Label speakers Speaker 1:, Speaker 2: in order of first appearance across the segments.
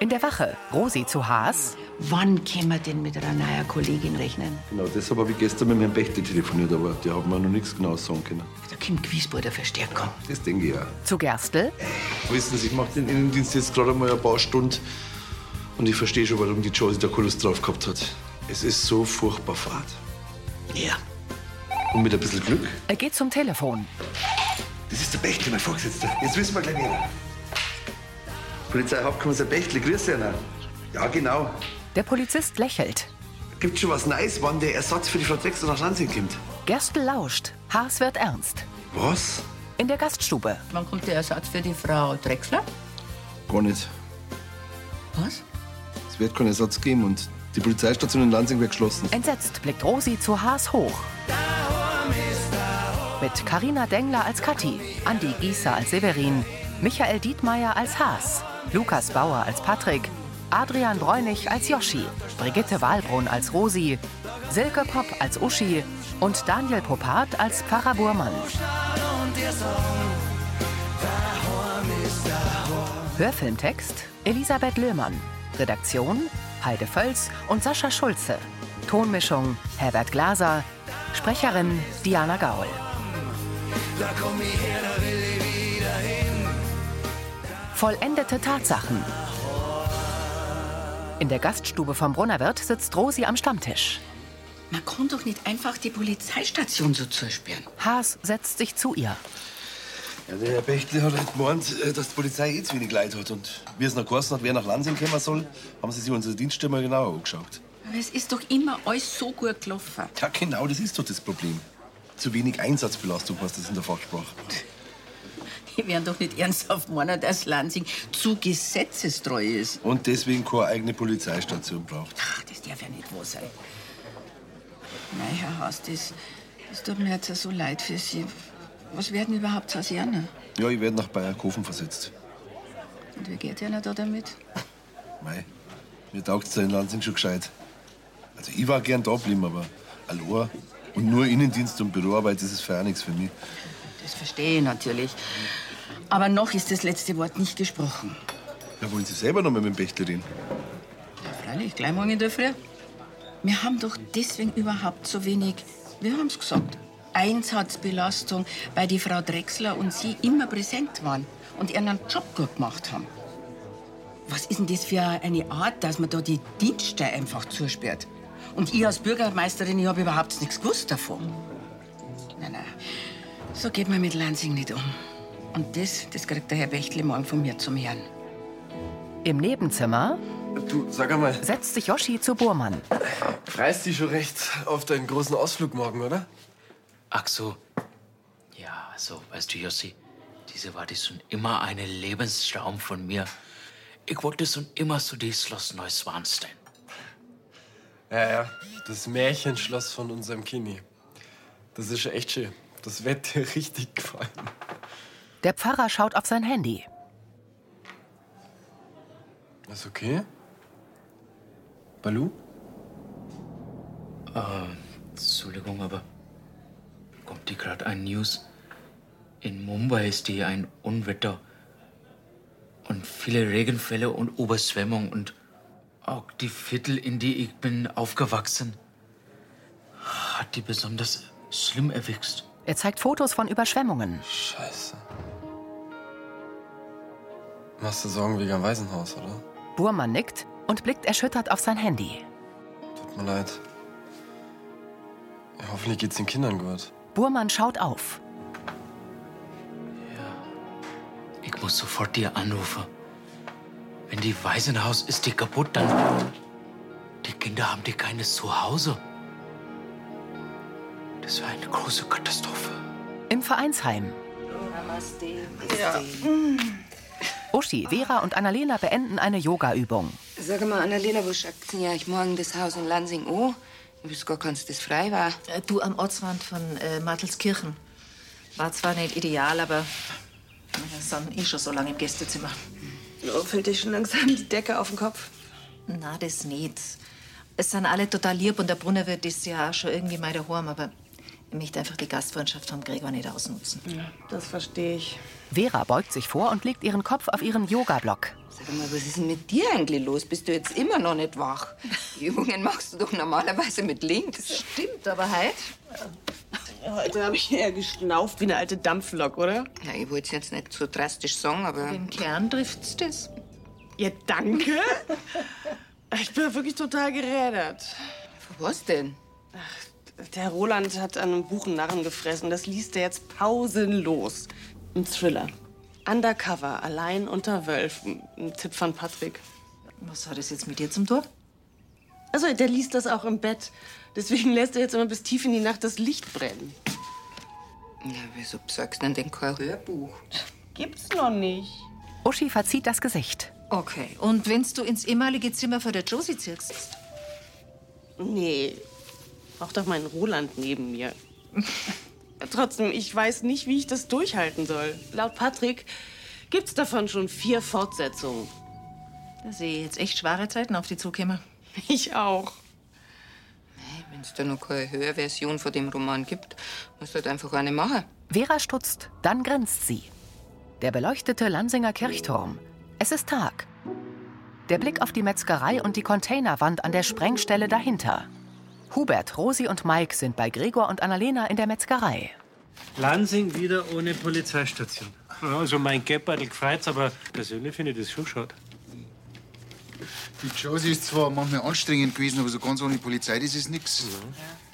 Speaker 1: In der Wache, Rosi zu Haas.
Speaker 2: Wann können wir denn mit einer neuen Kollegin rechnen?
Speaker 3: Genau, das habe ich gestern mit meinem Pächter telefoniert, aber die haben mir noch nichts genau sagen können.
Speaker 2: Da kommt Quiesburger Verstärkung.
Speaker 3: Das denke ich ja.
Speaker 1: Zu Gerstl.
Speaker 3: Wissen Sie, ich mache den Innendienst jetzt gerade mal ein paar Stunden und ich verstehe schon, warum die Josie da keine Lust drauf gehabt hat. Es ist so furchtbar fad.
Speaker 2: Ja.
Speaker 3: Und mit ein bisschen Glück.
Speaker 1: Er geht zum Telefon.
Speaker 3: Das ist der Bechtle, mein Vorgesetzter. Jetzt wissen wir gleich mehr. Polizeihauptkommissar Bechtle, grüß Sie, Anna. Ja, genau.
Speaker 1: Der Polizist lächelt.
Speaker 3: Gibt schon was Neues, wann der Ersatz für die Frau Drexler nach Lansing kommt?
Speaker 1: Gerstl lauscht. Haas wird ernst.
Speaker 3: Was?
Speaker 1: In der Gaststube.
Speaker 2: Wann kommt der Ersatz für die Frau Drexler?
Speaker 3: Gar nicht.
Speaker 2: Was?
Speaker 3: Es wird keinen Ersatz geben und die Polizeistation in Lansing wird geschlossen.
Speaker 1: Entsetzt blickt Rosi zu Haas hoch. Mit Karina Dengler als Kathi, Andi Gießer als Severin, Michael Dietmeier als Haas, Lukas Bauer als Patrick, Adrian Bräunig als Joschi, Brigitte Wahlbrunn als Rosi, Silke Popp als Uschi und Daniel Popat als Pfarrer Burmann. Hörfilmtext Elisabeth Löhmann, Redaktion Heide Völz und Sascha Schulze, Tonmischung Herbert Glaser, Sprecherin Diana Gaul. Vollendete Tatsachen. In der Gaststube vom Brunnerwirt sitzt Rosi am Stammtisch.
Speaker 2: Man kann doch nicht einfach die Polizeistation so zusperren.
Speaker 1: Haas setzt sich zu ihr.
Speaker 3: Ja, der Herr Bechtle hat heute gemeint, äh, dass die Polizei eh zu wenig Leute hat. Und wie es noch geheißen hat, wer nach Lansing kommen soll, haben sie sich unsere Dienststelle mal genauer angeschaut.
Speaker 2: Aber es ist doch immer alles so gut gelaufen.
Speaker 3: Ja, genau, das ist doch das Problem. Zu wenig Einsatzbelastung heißt das in der Fachsprache.
Speaker 2: Die werden doch nicht ernsthaft meinen, dass Lansing zu gesetzestreu ist.
Speaker 3: Und deswegen keine eigene Polizeistation braucht.
Speaker 2: Ach, das darf ja nicht wahr sein. Nein, Herr Haas, das, das tut mir jetzt ja so leid für Sie. Was werden überhaupt aus Jana?
Speaker 3: Ja, ich werde nach Bayerkofen versetzt.
Speaker 2: Und wie geht Jana da damit?
Speaker 3: Mei, mir taugt's da in Lansing schon gescheit. Also ich war gern da geblieben, aber Aloha und nur Innendienst und Büroarbeit, das ist für auch nichts für mich.
Speaker 2: Das verstehe ich natürlich. Aber noch ist das letzte Wort nicht gesprochen.
Speaker 3: Ja, wollen Sie selber noch mal mit dem Bechtle reden?
Speaker 2: Ja, freilich, gleich morgen in der Früh. Wir haben doch deswegen überhaupt so wenig, wir haben's gesagt, Einsatzbelastung, weil die Frau Drexler und sie immer präsent waren und ihren Job gut gemacht haben. Was ist denn das für eine Art, dass man da die Dienste einfach zusperrt? Und ich als Bürgermeisterin, ich habe überhaupt nichts gewusst davon. Nein, nein, so geht man mit Lansing nicht um. Und das, das kriegt der Herr Bechtle morgen von mir zum Herrn.
Speaker 1: Im Nebenzimmer
Speaker 4: Du, sag einmal,
Speaker 1: setzt sich Joschi zu Burmann.
Speaker 4: freist dich schon recht auf deinen großen Ausflug morgen, oder?
Speaker 5: Ach so. Ja, also, weißt du, Jossi, diese war das schon immer ein Lebenstraum von mir. Ich wollte schon immer zu dem Schloss Neuschwanstein.
Speaker 4: Ja, ja. Das Märchenschloss von unserem Kini. Das ist schon echt schön. Das wird dir richtig gefallen.
Speaker 1: Der Pfarrer schaut auf sein Handy.
Speaker 4: Ist okay? Balu?
Speaker 5: Ah, Entschuldigung, aber kommt dir gerade ein News? In Mumbai ist hier ein Unwetter und viele Regenfälle und Überschwemmung und auch die Viertel, in die ich bin aufgewachsen, hat die besonders schlimm erwischt.
Speaker 1: Er zeigt Fotos von Überschwemmungen.
Speaker 4: Scheiße. Machst du Sorgen wegen dem Waisenhaus, oder?
Speaker 1: Burmann nickt und blickt erschüttert auf sein Handy.
Speaker 4: Tut mir leid. Ja, hoffentlich geht's den Kindern gut.
Speaker 1: Burmann schaut auf.
Speaker 5: Ich muss sofort dir anrufen. Wenn die Waisenhaus ist die kaputt, dann. Die Kinder haben dir keines Zuhause. Das wäre eine große Katastrophe.
Speaker 1: Im Vereinsheim. Uschi, Vera und Annalena beenden eine Yoga-Übung.
Speaker 6: Sag mal, Annalena, wo schaut denn ja ich morgen das Haus in Lansing an? Ich weiß gar nicht, das frei war.
Speaker 7: Äh, Du am Ortsrand von äh, Martelskirchen. War zwar nicht ideal, aber wir sind eh schon so lange im Gästezimmer.
Speaker 8: Oh, fällt dir schon langsam die Decke auf den Kopf?
Speaker 7: Na, das nicht. Es sind alle total lieb und der Brunner wird das ja auch schon irgendwie mal daheim, aber möchte einfach die Gastfreundschaft von Gregor nicht ausnutzen.
Speaker 9: Das verstehe ich.
Speaker 1: Vera beugt sich vor und legt ihren Kopf auf ihren Yoga-Block.
Speaker 6: Sag mal, was ist denn mit dir eigentlich los? Bist du jetzt immer noch nicht wach? Die Übungen machst du doch normalerweise mit links.
Speaker 7: Stimmt, aber halt.
Speaker 9: Heute habe ich eher geschnauft wie eine alte Dampflok, oder?
Speaker 6: Ja, ich wollte es jetzt nicht so drastisch sagen, aber
Speaker 7: Im Kern trifft's das.
Speaker 9: Ja, Äh, danke. Äh, Ich bin wirklich total gerädert.
Speaker 6: was denn?
Speaker 9: Der Roland hat an einem Buch einen Narren gefressen. Das liest er jetzt pausenlos. Ein Thriller. Undercover, allein unter Wölfen. Ein Tipp von Patrick.
Speaker 7: Was hat es jetzt mit dir zum Tor?
Speaker 9: Also, der liest das auch im Bett. Deswegen lässt er jetzt immer bis tief in die Nacht das Licht brennen.
Speaker 6: Ja, wieso sagst du denn den kein Hörbuch?
Speaker 9: Gibt's noch nicht.
Speaker 1: Uschi verzieht das Gesicht.
Speaker 7: Okay, und wenn's du ins ehemalige Zimmer von der Josie ziehst?
Speaker 9: Nee, brauch doch meinen Roland neben mir. Trotzdem, ich weiß nicht, wie ich das durchhalten soll. Laut Patrick gibt's davon schon vier Fortsetzungen.
Speaker 7: Da sehe ich jetzt echt schwere Zeiten auf die zukommen.
Speaker 9: Ich auch.
Speaker 6: Wenn es da noch keine Hörversion von dem Roman gibt, musst du halt einfach eine machen.
Speaker 1: Vera stutzt, dann grinst sie. Der beleuchtete Lansinger Kirchturm. Es ist Tag. Der Blick auf die Metzgerei und die Containerwand an der Sprengstelle dahinter. Hubert, Rosi und Mike sind bei Gregor und Annalena in der Metzgerei.
Speaker 3: Lansing wieder ohne Polizeistation. Ja, Also mein Geppertl gefreut, aber persönlich finde ich das schon schade.
Speaker 10: Die Josie ist zwar manchmal anstrengend gewesen, aber so ganz ohne Polizei, das ist nix.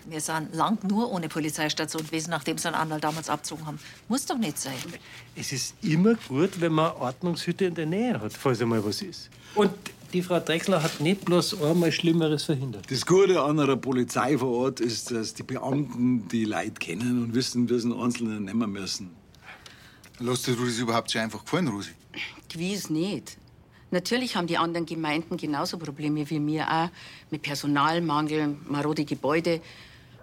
Speaker 7: Wir sind lang nur ohne Polizeistation gewesen, nachdem sie einen Anwalt damals abgezogen haben. Muss doch nicht sein.
Speaker 3: Es ist immer gut, wenn man eine Ordnungshütte in der Nähe hat, falls einmal was ist. Und die Frau Drechsler hat nicht bloß einmal Schlimmeres verhindert.
Speaker 11: Das Gute an einer Polizei vor Ort ist, dass die Beamten die Leute kennen und wissen, was ein Einzelner nehmen müssen.
Speaker 10: Lass dir das überhaupt so einfach gefallen, Rosi.
Speaker 2: Gewiss nicht. Natürlich haben die anderen Gemeinden genauso Probleme wie wir auch. Mit Personalmangel, marode Gebäude.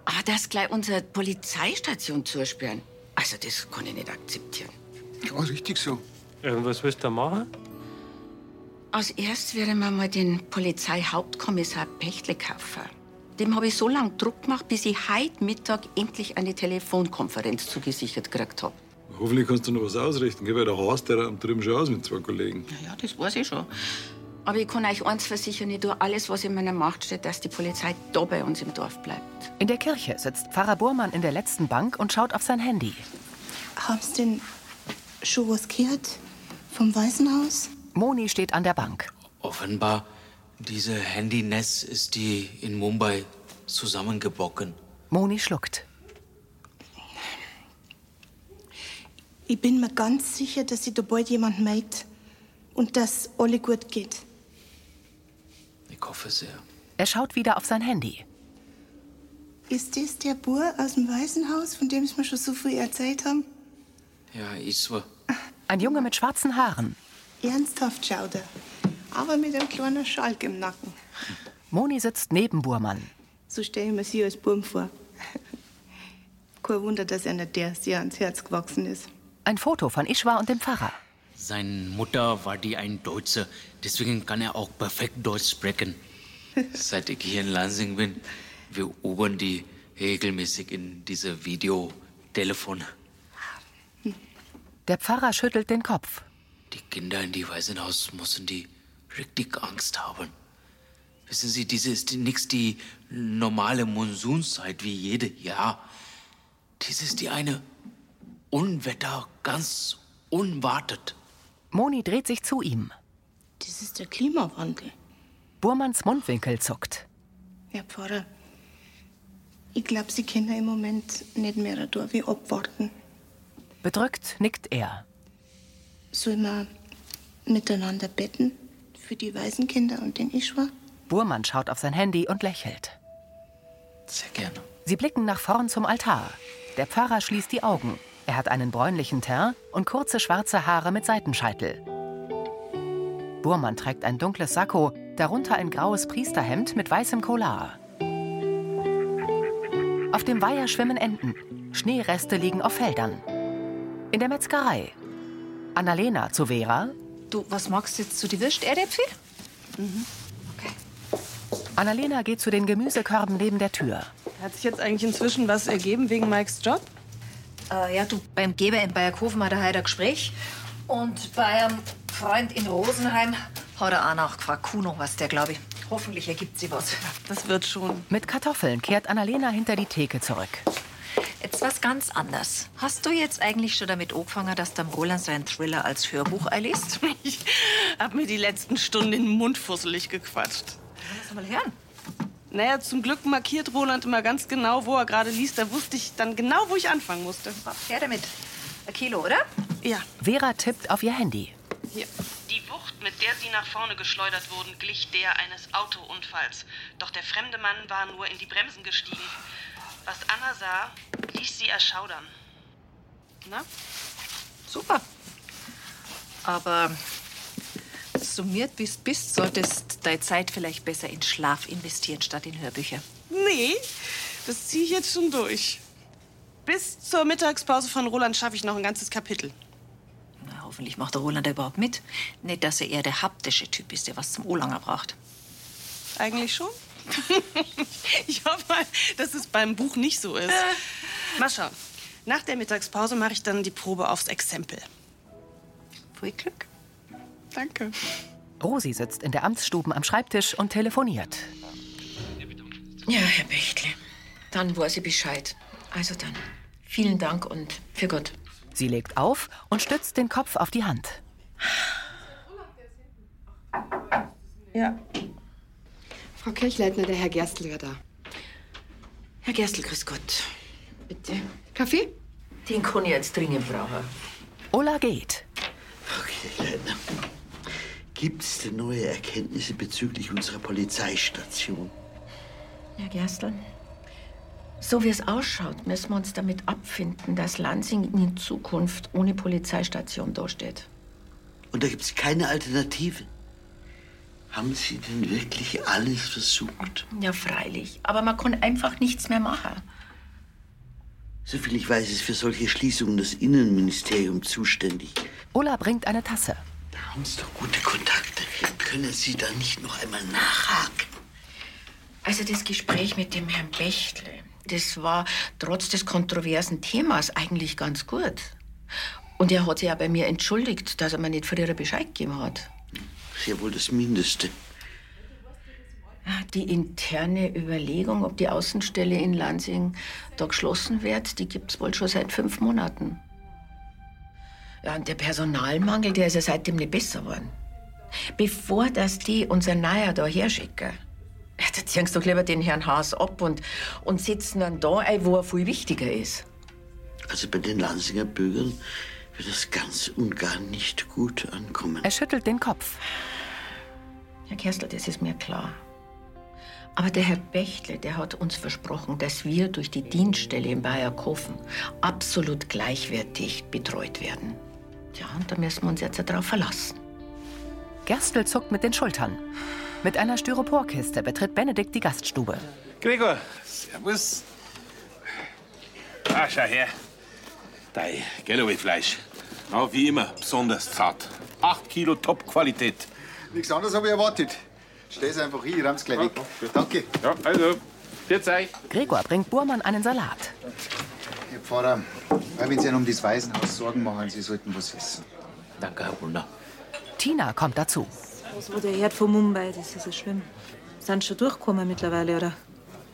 Speaker 2: Aber das gleich unsere Polizeistation zusperren, also das kann ich nicht akzeptieren.
Speaker 10: Ja, richtig so.
Speaker 3: Äh, was willst du da machen?
Speaker 2: Als erst wäre mir mal den Polizeihauptkommissar Pechtle kaufen. Dem habe ich so lange Druck gemacht, bis ich heute Mittag endlich eine Telefonkonferenz zugesichert gekriegt habe.
Speaker 11: Hoffentlich kannst du noch was ausrichten, gell? weil der hast der am drüben schon aus mit zwei Kollegen.
Speaker 2: Ja, das weiß ich schon. Aber ich kann euch eins versichern, ich tue alles, was in meiner Macht steht, dass die Polizei da bei uns im Dorf bleibt.
Speaker 1: In der Kirche sitzt Pfarrer Burmann in der letzten Bank und schaut auf sein Handy.
Speaker 12: Hab's denn schon was gehört? Vom Waisenhaus?
Speaker 1: Moni steht an der Bank.
Speaker 5: Offenbar, diese Handynetz ist die in Mumbai zusammengebrochen.
Speaker 1: Moni schluckt.
Speaker 12: Ich bin mir ganz sicher, dass sie da bald jemand meint und dass alle gut geht.
Speaker 5: Ich hoffe sehr.
Speaker 1: Er schaut wieder auf sein Handy.
Speaker 12: Ist das der Bur aus dem Waisenhaus, von dem sie mir schon so viel erzählt haben?
Speaker 5: Ja, ist so.
Speaker 1: Ein Junge mit schwarzen Haaren.
Speaker 12: Ernsthaft schauder, aber mit einem kleinen Schalk im Nacken.
Speaker 1: Moni sitzt neben Burmann.
Speaker 12: So stelle ich mir sie als Burm vor. Kein Wunder, dass einer der sehr ans Herz gewachsen ist.
Speaker 1: Ein Foto von Ishwa und dem Pfarrer.
Speaker 5: Seine Mutter war die ein Deutsche, deswegen kann er auch perfekt Deutsch sprechen. Seit ich hier in Lansing bin, wir üben die regelmäßig in diese Videotelefon.
Speaker 1: Der Pfarrer schüttelt den Kopf.
Speaker 5: Die Kinder in die Waisenhaus müssen die richtig Angst haben. Wissen Sie, diese ist nix die normale Monsunzeit wie jede Jahr. Dies ist die eine Unwetter ganz unwartet.
Speaker 1: Moni dreht sich zu ihm.
Speaker 12: Das ist der Klimawandel.
Speaker 1: Burmanns Mundwinkel zuckt.
Speaker 12: Herr Pfarrer, ich glaube, Sie können im Moment nicht mehr da wie abwarten.
Speaker 1: Bedrückt nickt er.
Speaker 12: Sollen wir miteinander betten? Für die Waisenkinder und den Ischwa?
Speaker 1: Burmann schaut auf sein Handy und lächelt.
Speaker 5: Sehr gerne.
Speaker 1: Sie blicken nach vorn zum Altar. Der Pfarrer schließt die Augen. Er hat einen bräunlichen Teint und kurze schwarze Haare mit Seitenscheitel. Burmann trägt ein dunkles Sakko, darunter ein graues Priesterhemd mit weißem Collar. Auf dem Weiher schwimmen Enten. Schneereste liegen auf Feldern. In der Metzgerei. Annalena zu Vera.
Speaker 7: Du, was magst du jetzt zu die Würst, Erdäpfel?
Speaker 5: Mhm.
Speaker 1: Annalena geht zu den Gemüsekörben neben der Tür.
Speaker 9: Hat sich jetzt eigentlich inzwischen was ergeben wegen Mikes Job?
Speaker 7: Äh, ja, du, beim Geber in Bayerkofen hat er heute ein Gespräch. Und bei einem Freund in Rosenheim hat er auch nachgefragt. Kuh noch was, der glaube ich. Hoffentlich ergibt sie was.
Speaker 9: Das wird schon.
Speaker 1: Mit Kartoffeln kehrt Annalena hinter die Theke zurück.
Speaker 7: Jetzt was ganz anders. Hast du jetzt eigentlich schon damit angefangen, dass dein Roland seinen Thriller als Hörbuch einliest?
Speaker 9: Ich hab mir die letzten Stunden den Mund fusselig gequatscht.
Speaker 7: Lass mal hören.
Speaker 9: Naja, zum Glück markiert Roland immer ganz genau, wo er gerade liest. Da wusste ich dann genau, wo ich anfangen musste.
Speaker 7: Her damit. Ein Kilo, oder?
Speaker 9: Ja.
Speaker 1: Vera tippt auf ihr Handy.
Speaker 9: Hier. Die Wucht, mit der sie nach vorne geschleudert wurden, glich der eines Autounfalls. Doch der fremde Mann war nur in die Bremsen gestiegen. Was Anna sah, ließ sie erschaudern. Na?
Speaker 7: Super. Aber summiert wie du bist, solltest deine Zeit vielleicht besser in Schlaf investieren statt in Hörbücher.
Speaker 9: Nee, das ziehe ich jetzt schon durch. Bis zur Mittagspause von Roland schaffe ich noch ein ganzes Kapitel.
Speaker 7: Na, hoffentlich macht der Roland da überhaupt mit. Nicht, dass er eher der haptische Typ ist, der was zum Olanger braucht.
Speaker 9: Eigentlich schon. ich hoffe mal, dass es beim Buch nicht so ist. Mal schauen. Nach der Mittagspause mache ich dann die Probe aufs Exempel.
Speaker 7: Viel Glück.
Speaker 9: Danke.
Speaker 1: Rosi sitzt in der Amtsstuben am Schreibtisch und telefoniert.
Speaker 2: Ja, Herr Bechtle. Dann weiß ich Bescheid. Also dann. Vielen Dank und für Gott.
Speaker 1: Sie legt auf und stützt den Kopf auf die Hand.
Speaker 9: Ja.
Speaker 13: Frau Kirchleitner, der Herr Gerstl wäre da.
Speaker 2: Herr Gerstl, grüß Gott. Bitte.
Speaker 13: Kaffee?
Speaker 2: Den kann ich jetzt dringend brauchen.
Speaker 1: Ola geht.
Speaker 14: Leitner, gibt es denn neue Erkenntnisse bezüglich unserer Polizeistation?
Speaker 2: Herr Gerstl, so wie es ausschaut, müssen wir uns damit abfinden, dass Lansing in Zukunft ohne Polizeistation dasteht.
Speaker 14: Und da gibt es keine Alternative. Haben Sie denn wirklich alles versucht?
Speaker 2: Ja, freilich. Aber man kann einfach nichts mehr machen.
Speaker 14: Soviel ich weiß, ist für solche Schließungen das Innenministerium zuständig.
Speaker 1: Ola bringt eine Tasse.
Speaker 14: Haben Sie doch gute Kontakte. Können Sie da nicht noch einmal nachhaken?
Speaker 2: Also das Gespräch mit dem Herrn Bechtle, das war trotz des kontroversen Themas eigentlich ganz gut. Und er hat sich ja bei mir entschuldigt, dass er mir nicht früher Bescheid gegeben hat.
Speaker 14: Ist ja wohl das Mindeste.
Speaker 2: Die interne Überlegung, ob die Außenstelle in Lansing da geschlossen wird, die gibt's wohl schon seit fünf Monaten. Ja, und der Personalmangel, der ist ja seitdem nicht besser geworden. Bevor das die unser Neuer da herschicken, ja, da ziehen sie doch lieber den Herrn Haas ab und, und setzen ihn da ein, wo er viel wichtiger ist.
Speaker 14: Also bei den Lansinger Bürgern wird das ganz und gar nicht gut ankommen.
Speaker 1: Er schüttelt den Kopf.
Speaker 2: Herr Kerstl, das ist mir klar. Aber der Herr Bechtle, der hat uns versprochen, dass wir durch die Dienststelle in Bayerkofen absolut gleichwertig betreut werden. Ja, und da müssen wir uns jetzt darauf verlassen.
Speaker 1: Gerstl zuckt mit den Schultern. Mit einer Styroporkiste betritt Benedikt die Gaststube.
Speaker 15: Gregor, servus. Ah, schau her. Dein Galloway-Fleisch. Na, wie immer, besonders zart. 8 Kilo Top-Qualität.
Speaker 10: Nichts anderes habe ich erwartet. Stell's einfach hin, ich ramm's gleich weg. Danke.
Speaker 15: Ja, also, jetzt euch.
Speaker 1: Gregor bringt Burmann einen Salat.
Speaker 10: Herr Pfarrer, weil wir uns ja um das Waisenhaus Sorgen machen, Sie sollten was essen.
Speaker 5: Danke, Herr Wunder.
Speaker 1: Tina kommt dazu.
Speaker 16: Das war der Herd von Mumbai, das ist ja schlimm. Sind schon durchgekommen mittlerweile, oder?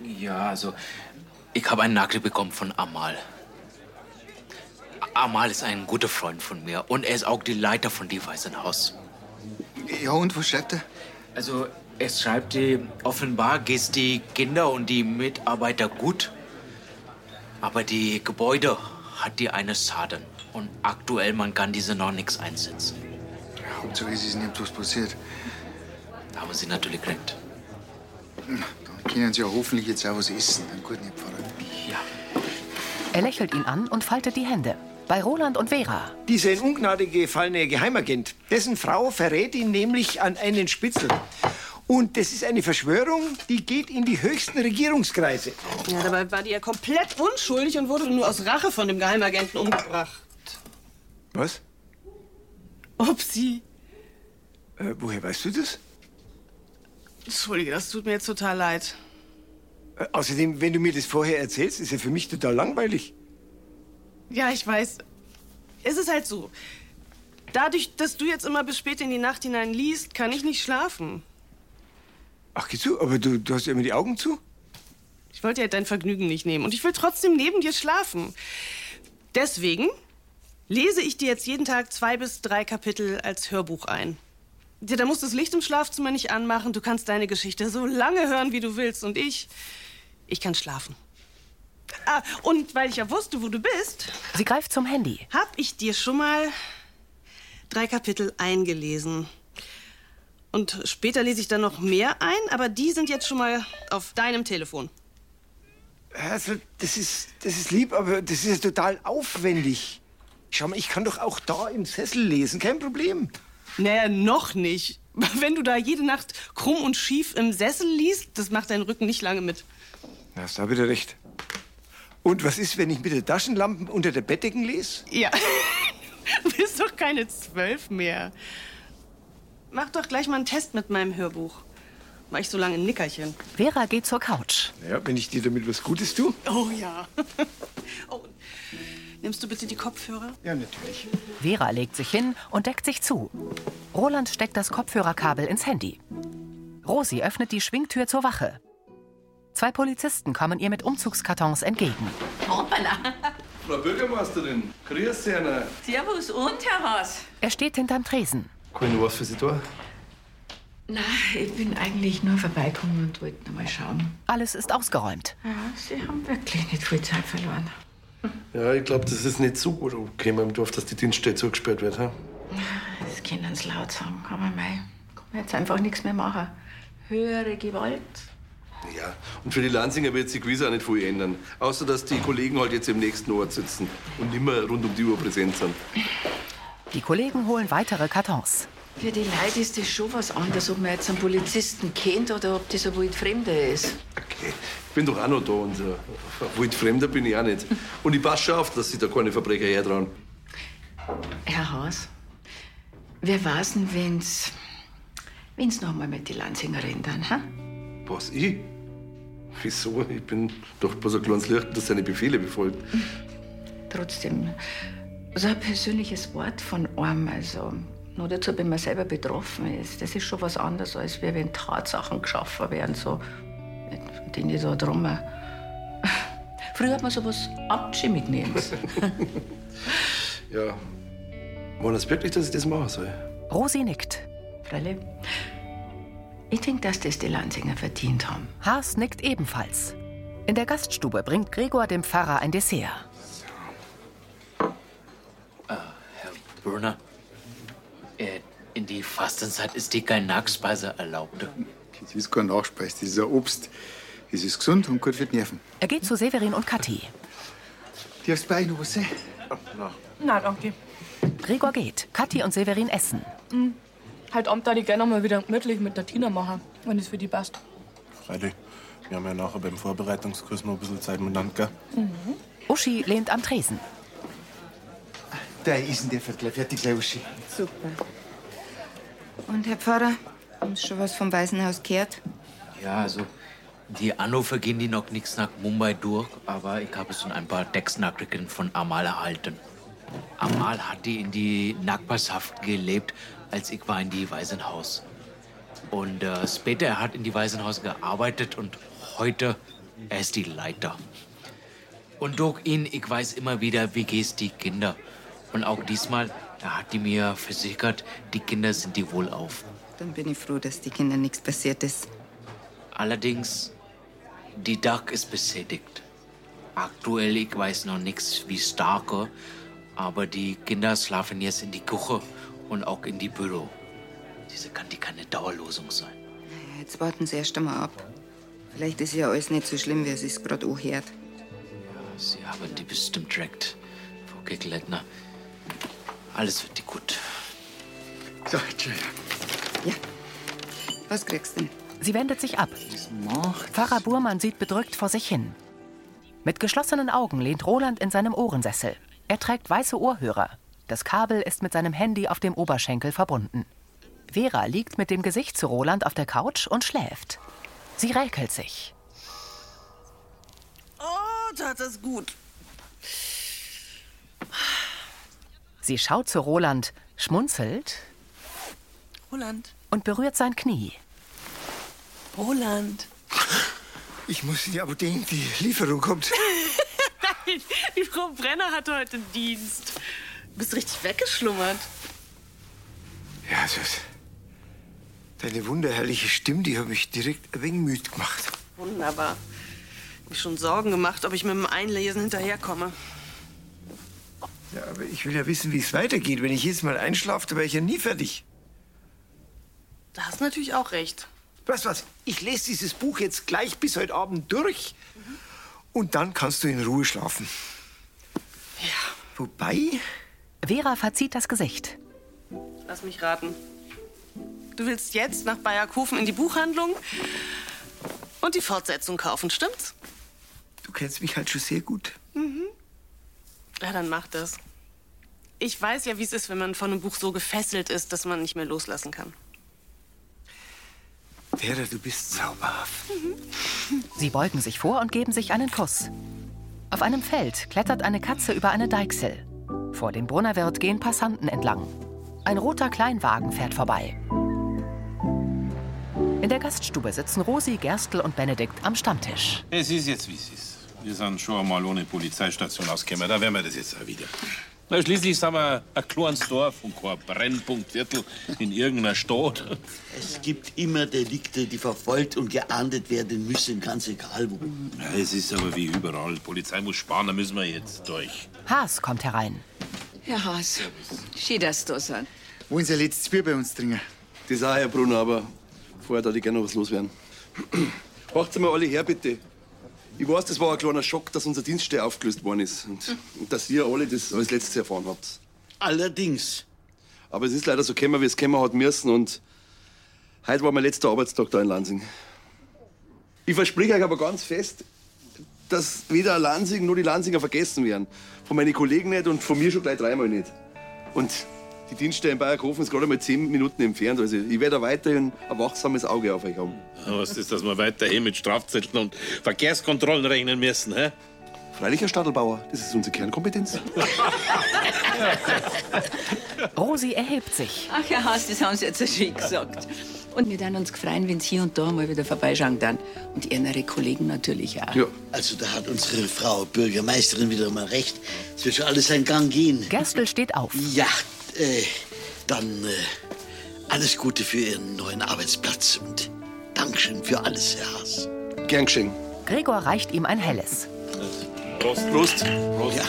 Speaker 5: Ja, also, ich habe einen Nagel bekommen von Amal. Amal ist ein guter Freund von mir und er ist auch die Leiter von Die Weißen Haus.
Speaker 10: Ja, und was schreibt er?
Speaker 5: Also, es schreibt, äh, offenbar geht's die Kinder und die Mitarbeiter gut, aber die Gebäude hat die eine Schaden. Und aktuell, man kann diese noch nichts einsetzen.
Speaker 10: Hauptsache, es ist nicht was passiert.
Speaker 5: Da haben Sie natürlich recht.
Speaker 10: Dann können Sie ja hoffentlich jetzt auch was essen. Einen guten Herr Pfarrer.
Speaker 1: Er lächelt ihn an und faltet die Hände. Bei Roland und Vera.
Speaker 17: Dieser in Ungnade gefallene Geheimagent, dessen Frau verrät ihn nämlich an einen Spitzel. Und das ist eine Verschwörung, die geht in die höchsten Regierungskreise.
Speaker 9: Ja, dabei war die ja komplett unschuldig und wurde nur aus Rache von dem Geheimagenten umgebracht.
Speaker 17: Was?
Speaker 9: Ob sie.
Speaker 17: Äh, woher weißt du das?
Speaker 9: Entschuldige, das tut mir jetzt total leid.
Speaker 17: Äh, Äh, Außerdem, wenn du mir das vorher erzählst, ist ja für mich total langweilig.
Speaker 9: Ja, ich weiß. Es ist halt so. Dadurch, dass du jetzt immer bis spät in die Nacht hinein liest, kann ich nicht schlafen.
Speaker 17: Ach, geh zu, aber du, du hast ja immer die Augen zu.
Speaker 9: Ich wollte ja dein Vergnügen nicht nehmen und ich will trotzdem neben dir schlafen. Deswegen lese ich dir jetzt jeden Tag zwei bis drei Kapitel als Hörbuch ein. Dir, da musst du das Licht im Schlafzimmer nicht anmachen. Du kannst deine Geschichte so lange hören, wie du willst. Und ich, ich kann schlafen. Ah, und weil ich ja wusste, wo du bist,
Speaker 1: Sie greift zum Handy.
Speaker 9: hab ich dir schon mal drei Kapitel eingelesen. Und später lese ich dann noch mehr ein, aber die sind jetzt schon mal auf deinem Telefon.
Speaker 17: Also, das ist, das ist lieb, aber das ist ja total aufwendig. Schau mal, ich kann doch auch da im Sessel lesen, kein Problem.
Speaker 9: Naja, noch nicht. Wenn du da jede Nacht krumm und schief im Sessel liest, das macht deinen Rücken nicht lange mit.
Speaker 17: Da hast du auch wieder recht. Und was ist, wenn ich mit der Taschenlampe unter der Bettdecken lese?
Speaker 9: Ja. Du bist doch keine zwölf mehr. Mach doch gleich mal einen Test mit meinem Hörbuch. War ich so lange ein Nickerchen.
Speaker 1: Vera geht zur Couch.
Speaker 17: Ja, wenn ich dir damit was Gutes tue.
Speaker 9: Oh ja. oh. Nimmst du bitte die Kopfhörer?
Speaker 17: Ja, natürlich.
Speaker 1: Vera legt sich hin und deckt sich zu. Roland steckt das Kopfhörerkabel ins Handy. Rosi öffnet die Schwingtür zur Wache. Zwei Polizisten kommen ihr mit Umzugskartons entgegen.
Speaker 18: Hoppala.
Speaker 3: Frau Bürgermeisterin, grüß Sie einer.
Speaker 18: Servus und Herr Haas.
Speaker 1: Er steht hinterm Tresen.
Speaker 3: Kann ich was für Sie tun?
Speaker 2: Na, ich bin eigentlich nur vorbeigekommen und wollte noch mal schauen.
Speaker 1: Alles ist ausgeräumt.
Speaker 2: Ja, Sie haben wirklich nicht viel Zeit verloren.
Speaker 3: Ja, ich glaube, das ist nicht so gut angekommen im Dorf, dass die Dienststelle zugesperrt wird. He?
Speaker 2: Das können Sie laut sagen, aber mei, kann man jetzt einfach nichts mehr machen. Höhere Gewalt.
Speaker 3: Ja, und für die Lanzinger wird sich gewiss auch nicht viel ändern. Außer, dass die Kollegen halt jetzt im nächsten Ort sitzen und nimmer rund um die Uhr präsent sind.
Speaker 1: Die Kollegen holen weitere Kartons.
Speaker 2: Für die Leute ist das schon was anderes, ob man jetzt einen Polizisten kennt oder ob das ein Wildfremder ist.
Speaker 3: Ich bin doch auch noch da und äh, ein Wildfremder bin ich auch nicht. Und ich passe schon auf, dass sich da keine Verbrecher hertrauen.
Speaker 2: Herr Haas, wer weiß denn, wenn's, wenn's noch mal mit die Lanzinger reden dann, ha?
Speaker 3: Was, ich? Wieso? Ich bin doch bloß ein kleines Licht, das seine Befehle befolgt.
Speaker 2: Trotzdem, so ein persönliches Wort von einem, also nur dazu, wenn man selber betroffen ist, das ist schon was anderes, als wie wenn Tatsachen geschaffen werden, so, von denen ich da drum. äh, Früher hat man sowas abgeschimmig genannt.
Speaker 3: Ja. Wollen Sie wirklich, dass ich das machen soll?
Speaker 1: Rosi nickt.
Speaker 2: Freilich. Ich denke, dass das die Lanzinger verdient haben.
Speaker 1: Haas nickt ebenfalls. In der Gaststube bringt Gregor dem Pfarrer ein Dessert.
Speaker 5: Brunner, äh, in die Fastenzeit ist dir keine Nachspeise erlaubt.
Speaker 10: Das ist kein Nachspeis, das ist ein Obst. Es ist gesund und gut für die Nerven.
Speaker 1: Er geht zu Severin und Kathi.
Speaker 10: Darfst du bei euch noch was sehen?
Speaker 19: Na, danke.
Speaker 1: Gregor geht. Kathi und Severin essen.
Speaker 19: Mhm. Halt Abend da ich gerne mal wieder gemütlich mit der Tina machen, wenn es für die passt.
Speaker 20: Freilich. Wir haben ja nachher beim Vorbereitungskurs noch ein bisschen Zeit miteinander, gell?
Speaker 19: Mhm.
Speaker 1: Uschi lehnt am Tresen.
Speaker 17: Da ist denn der Vergleich fertig, gleich, Uschi.
Speaker 6: Super. Und Herr Pfarrer, haben Sie schon was vom Waisenhaus gehört?
Speaker 5: Ja, also die Anrufe gehen die noch nichts nach Mumbai durch, aber ich habe schon ein paar Textnachrichten von Amal erhalten. Amal hat die in die Nachbarschaft gelebt, als ich war in die Waisenhaus. Und äh, später er hat in die Waisenhaus gearbeitet und heute er ist die Leiter. Und durch ihn, ich weiß immer wieder, wie geht's die Kinder. Und auch diesmal, er hat die mir versichert, die Kinder sind die wohlauf.
Speaker 6: Dann bin ich froh, dass die Kindern nichts passiert ist.
Speaker 5: Allerdings, die Dach ist beschädigt. Aktuell, ich weiß noch nichts, wie starke, aber die Kinder schlafen jetzt in die Küche und auch in die Büro. Diese kann die keine Dauerlosung sein.
Speaker 6: Ja, Jetzt warten Sie erst einmal ab. Vielleicht ist ja alles nicht so schlimm, wie es sich gerade anhört.
Speaker 5: Sie haben die bestimmt direkt, Frau Gegleitner. Alles wird die gut.
Speaker 6: So, Entschuldigung. Ja. Was kriegst du denn?
Speaker 1: Sie wendet sich ab. Pfarrer Burmann sieht bedrückt vor sich hin. Mit geschlossenen Augen lehnt Roland in seinem Ohrensessel. Er trägt weiße Ohrhörer. Das Kabel ist mit seinem Handy auf dem Oberschenkel verbunden. Vera liegt mit dem Gesicht zu Roland auf der Couch und schläft. Sie räkelt sich.
Speaker 21: Oh, tat es gut.
Speaker 1: Sie schaut zu Roland, schmunzelt
Speaker 21: Roland,
Speaker 1: und berührt sein Knie.
Speaker 21: Roland.
Speaker 17: Ich muss in die Apotheke, die Lieferung kommt.
Speaker 9: Nein, die Frau Brenner hatte heute Dienst. Du bist richtig weggeschlummert.
Speaker 17: Ja, Sus. Deine wunderherrliche Stimme, die hat mich direkt ein wenig müde gemacht.
Speaker 9: Wunderbar. Hab mir schon Sorgen gemacht, ob ich mit dem Einlesen hinterherkomme.
Speaker 17: Ja, aber ich will ja wissen, wie es weitergeht. Wenn ich jedes Mal einschlafe, dann wäre ich ja nie fertig.
Speaker 9: Da hast du natürlich auch recht.
Speaker 17: Weißt du was? Ich lese dieses Buch jetzt gleich bis heute Abend durch. Und dann kannst du in Ruhe schlafen. Wobei?
Speaker 1: Vera verzieht das Gesicht.
Speaker 9: Lass mich raten. Du willst jetzt nach Bayerkofen in die Buchhandlung und die Fortsetzung kaufen, stimmt's?
Speaker 17: Du kennst mich halt schon sehr gut.
Speaker 9: Mhm. Ja, dann mach das. Ich weiß ja, wie es ist, wenn man von einem Buch so gefesselt ist, dass man nicht mehr loslassen kann.
Speaker 17: Vera, du bist zauberhaft.
Speaker 1: Sie beugen sich vor und geben sich einen Kuss. Auf einem Feld klettert eine Katze über eine Deichsel. Vor dem Brunnerwirt gehen Passanten entlang. Ein roter Kleinwagen fährt vorbei. In der Gaststube sitzen Rosi, Gerstl und Benedikt am Stammtisch.
Speaker 15: Es ist jetzt, wie es ist. Wir sind schon einmal ohne Polizeistation ausgekommen. Da werden wir das jetzt auch wieder. Na, schließlich sind wir ein kleines Dorf und kein Brennpunktviertel in irgendeiner Stadt.
Speaker 14: Es gibt immer Delikte, die verfolgt und geahndet werden müssen, ganz egal wo.
Speaker 15: Ja, es ist aber wie überall. Die Polizei muss sparen, da müssen wir jetzt durch.
Speaker 1: Haas kommt herein.
Speaker 2: Herr Haas, schön, dass Sie da sind.
Speaker 10: Wollen Sie ein letztes Bier bei uns trinken?
Speaker 3: Das auch, Herr Brunner, aber vorher darf ich gerne noch was loswerden. Macht's mal alle her, bitte. Ich weiß, das war ein kleiner Schock, dass unser Dienststelle aufgelöst worden ist und, und dass ihr alle das als letztes erfahren habt. Allerdings. Aber es ist leider so gekommen, wie es gekommen hat müssen und heute war mein letzter Arbeitstag da in Lansing. Ich verspreche euch aber ganz fest, dass weder Lansing noch die Lansinger vergessen werden. Von meinen Kollegen nicht und von mir schon gleich dreimal nicht. Und die Dienststelle in Bayerkofen ist gerade mal zehn Minuten entfernt. Also ich werde weiterhin ein wachsames Auge auf euch haben.
Speaker 15: Ja, Was ist, dass wir weiterhin mit Strafzetteln und Verkehrskontrollen rechnen müssen, hä?
Speaker 3: Freilich, Herr Stadelbauer, das ist unsere Kernkompetenz.
Speaker 1: Rosi erhebt sich.
Speaker 2: Ach, Herr Haas, das haben Sie jetzt so schön gesagt. Und wir dann uns gefreien, wenn Sie hier und da mal wieder vorbeischauen dann. Und Ihre Kollegen natürlich auch.
Speaker 14: Ja. Also da hat unsere Frau Bürgermeisterin wieder mal recht. Es wird schon alles seinen Gang gehen.
Speaker 1: Gerstl steht auf.
Speaker 14: Ja, äh, dann äh, alles Gute für Ihren neuen Arbeitsplatz und Dankeschön für alles, Herr Haas.
Speaker 3: Gern geschehen.
Speaker 1: Gregor reicht ihm ein helles.
Speaker 15: Prost. Prost. Prost.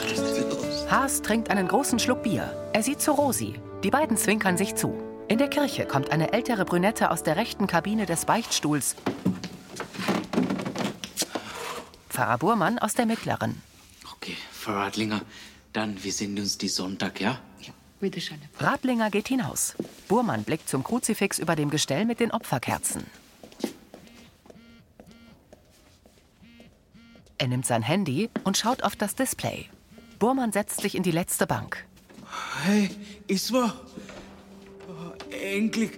Speaker 1: Haas trinkt einen großen Schluck Bier. Er sieht zu Rosi. Die beiden zwinkern sich zu. In der Kirche kommt eine ältere Brünette aus der rechten Kabine des Beichtstuhls. Pfarrer Burmann aus der mittleren.
Speaker 5: Okay, Frau Radlinger, dann wir sehen uns die Sonntag, ja?
Speaker 2: Bitte schön.
Speaker 1: Radlinger geht hinaus. Burmann blickt zum Kruzifix über dem Gestell mit den Opferkerzen. Er nimmt sein Handy und schaut auf das Display. Burmann setzt sich in die letzte Bank.
Speaker 5: Hey, Iswa. Oh, endlich.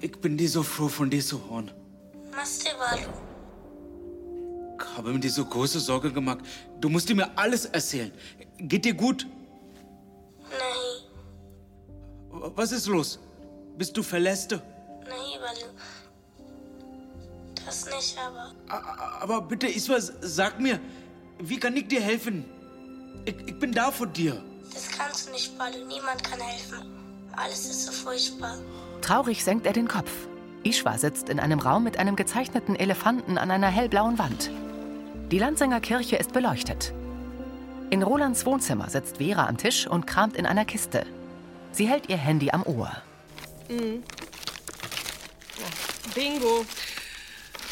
Speaker 5: Ich bin dir so froh, von dir zu hören.
Speaker 8: Master Walu,
Speaker 5: Ich habe mir dir so große Sorge gemacht. Du musst dir mir alles erzählen. Geht dir gut?
Speaker 8: nahi,
Speaker 5: Was ist los? Bist du verlässt?
Speaker 8: nahi Walu. Das nicht, aber
Speaker 5: Aber bitte, Iswa, sag mir, wie kann ich dir helfen? Ich, ich bin da für dir.
Speaker 8: das kannst du nicht, Walu. Niemand kann helfen. Alles ist so furchtbar.
Speaker 1: Traurig senkt er den Kopf. Ishwa sitzt in einem Raum mit einem gezeichneten Elefanten an einer hellblauen Wand. Die Lanzinger Kirche ist beleuchtet. In Rolands Wohnzimmer sitzt Vera am Tisch und kramt in einer Kiste. Sie hält ihr Handy am Ohr.
Speaker 9: Mhm. Bingo.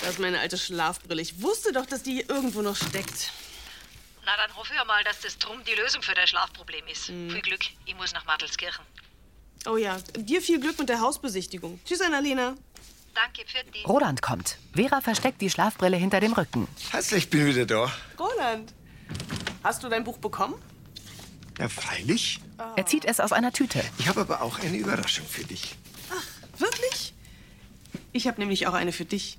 Speaker 9: Da ist meine alte Schlafbrille. Ich wusste doch, dass die hier irgendwo noch steckt.
Speaker 7: Na, dann hoffe ich mal, dass das drum die Lösung für dein Schlafproblem ist. Viel Glück, ich muss nach Martelskirchen.
Speaker 9: Oh ja, dir viel Glück mit der Hausbesichtigung. Tschüss, Annalena.
Speaker 7: Danke für die.
Speaker 1: Roland kommt. Vera versteckt die Schlafbrille hinter dem Rücken.
Speaker 17: Herzlich, ich bin wieder da.
Speaker 9: Roland, hast du dein Buch bekommen?
Speaker 17: Ja, freilich.
Speaker 1: Er zieht es aus einer Tüte.
Speaker 17: Ich habe aber auch eine Überraschung für dich.
Speaker 9: Wirklich? Ich habe nämlich auch eine für dich.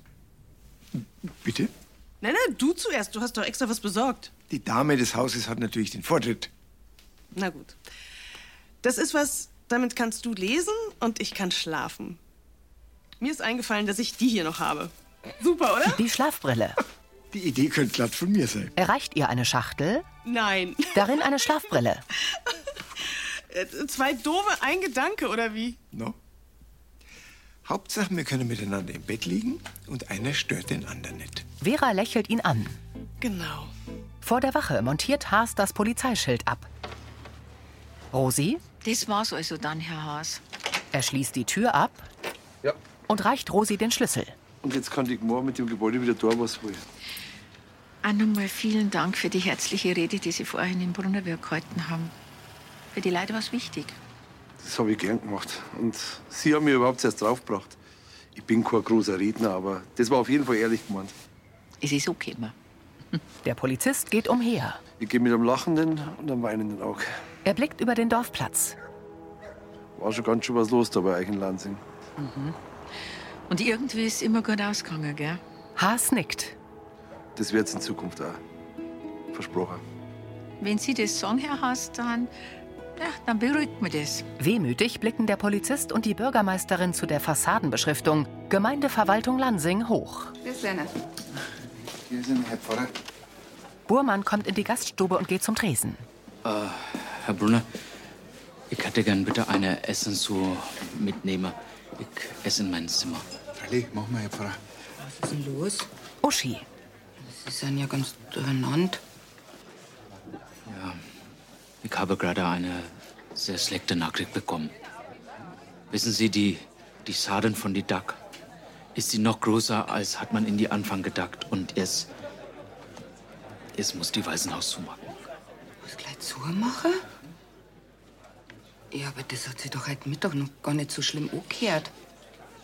Speaker 17: Bitte?
Speaker 9: Nein, nein, du zuerst. Du hast doch extra was besorgt.
Speaker 17: Die Dame des Hauses hat natürlich den Vortritt.
Speaker 9: Na gut. Das ist was, damit kannst du lesen und ich kann schlafen. Mir ist eingefallen, dass ich die hier noch habe. Super, oder?
Speaker 1: Die Schlafbrille.
Speaker 17: Die Idee könnte glatt von mir sein.
Speaker 1: Erreicht ihr eine Schachtel?
Speaker 9: Nein.
Speaker 1: Darin eine Schlafbrille.
Speaker 9: Äh, Zwei doofe, ein Gedanke, oder wie?
Speaker 17: No? Hauptsache, wir können miteinander im Bett liegen und einer stört den anderen nicht.
Speaker 1: Vera lächelt ihn an.
Speaker 9: Genau.
Speaker 1: Vor der Wache montiert Haas das Polizeischild ab. Rosi
Speaker 2: Das war's also dann, Herr Haas.
Speaker 1: Er schließt die Tür ab
Speaker 3: Ja.
Speaker 1: und reicht Rosi den Schlüssel.
Speaker 3: Und jetzt kann ich morgen mit dem Gebäude wieder da was holen.
Speaker 2: Auch nochmal vielen Dank für die herzliche Rede, die Sie vorhin im Brunnerberg gehalten haben. Für die Leute war es wichtig.
Speaker 3: Das habe ich gern gemacht. Und Sie haben mich überhaupt erst draufgebracht. Ich bin kein großer Redner, aber das war auf jeden Fall ehrlich gemeint.
Speaker 2: Es ist okay, ma.
Speaker 1: Der Polizist geht umher.
Speaker 3: Ich gehe mit einem lachenden und einem weinenden Auge.
Speaker 1: Er blickt über den Dorfplatz.
Speaker 3: War schon ganz schön was los da bei euch in Lansing.
Speaker 2: Mhm. Und irgendwie ist immer gut ausgegangen, gell?
Speaker 1: Haas nickt.
Speaker 3: Das wird's in Zukunft auch. Versprochen.
Speaker 2: Wenn Sie das sagen, Herr Haas, dann, ja, dann beruhigt mich das.
Speaker 1: Wehmütig blicken der Polizist und die Bürgermeisterin zu der Fassadenbeschriftung Gemeindeverwaltung Lansing hoch.
Speaker 6: Bis Lennart.
Speaker 10: Hier sind Herr Pfarrer.
Speaker 1: Burmann kommt in die Gaststube und geht zum Tresen.
Speaker 5: Äh, Herr Brunner, ich hätte gern bitte eine Essensuhr mitnehmen. Ich esse in mein Zimmer.
Speaker 10: Freilich, mach mal, Herr Pfarrer.
Speaker 6: Was ist denn los?
Speaker 1: Uschi.
Speaker 6: Sie sind ja ganz durcheinander.
Speaker 5: Ja, ich habe gerade eine sehr schlechte Nachricht bekommen. Wissen Sie, die, die Schaden von die Duck ist sie noch größer, als hat man in die Anfang gedacht. Und es, es muss die Waisenhaus zumachen.
Speaker 6: Was gleich zumachen? Ja, aber das hat sie doch heute Mittag noch gar nicht so schlimm angehört.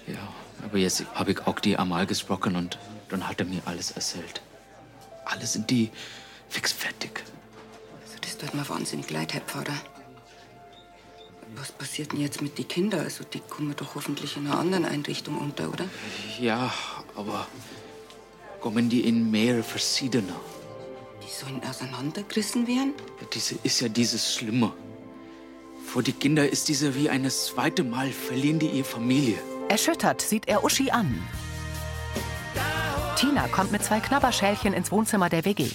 Speaker 5: Ja, aber jetzt habe ich auch die Amal gesprochen und dann hat er mir alles erzählt. Alles sind die fix fertig.
Speaker 6: Also das tut mir wahnsinnig leid, Herr Pfarrer. Was passiert denn jetzt mit den Kindern? Also die kommen doch hoffentlich in einer anderen Einrichtung unter, oder?
Speaker 5: Ja, aber kommen die in mehrere verschiedene.
Speaker 6: Die sollen auseinandergerissen werden?
Speaker 5: Diese ist ja dieses Schlimme. Vor die Kinder ist diese wie ein zweites Mal verlieren die ihre Familie.
Speaker 1: Erschüttert sieht er Uschi an. Tina kommt mit zwei Knabberschälchen ins Wohnzimmer der WG.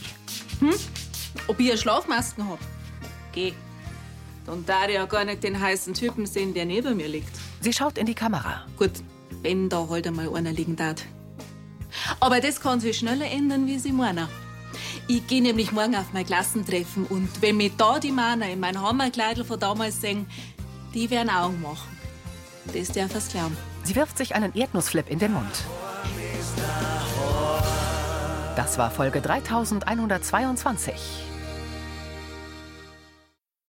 Speaker 22: Hm? Ob ich eine Schlafmasken hab? Geh. Dann darf ich ja gar nicht den heißen Typen sehen, der neben mir liegt.
Speaker 1: Sie schaut in die Kamera.
Speaker 22: Gut, wenn da halt einmal einer liegen darf. Aber das kann sich schneller ändern, wie sie meinen. Ich gehe nämlich morgen auf mein Klassentreffen und wenn mich da die Männer in mein Hammerkleidl von damals sehen, die werden Augen machen. Das darf er's glauben.
Speaker 1: Sie wirft sich einen Erdnussflip in den Mund. Das war Folge 3122.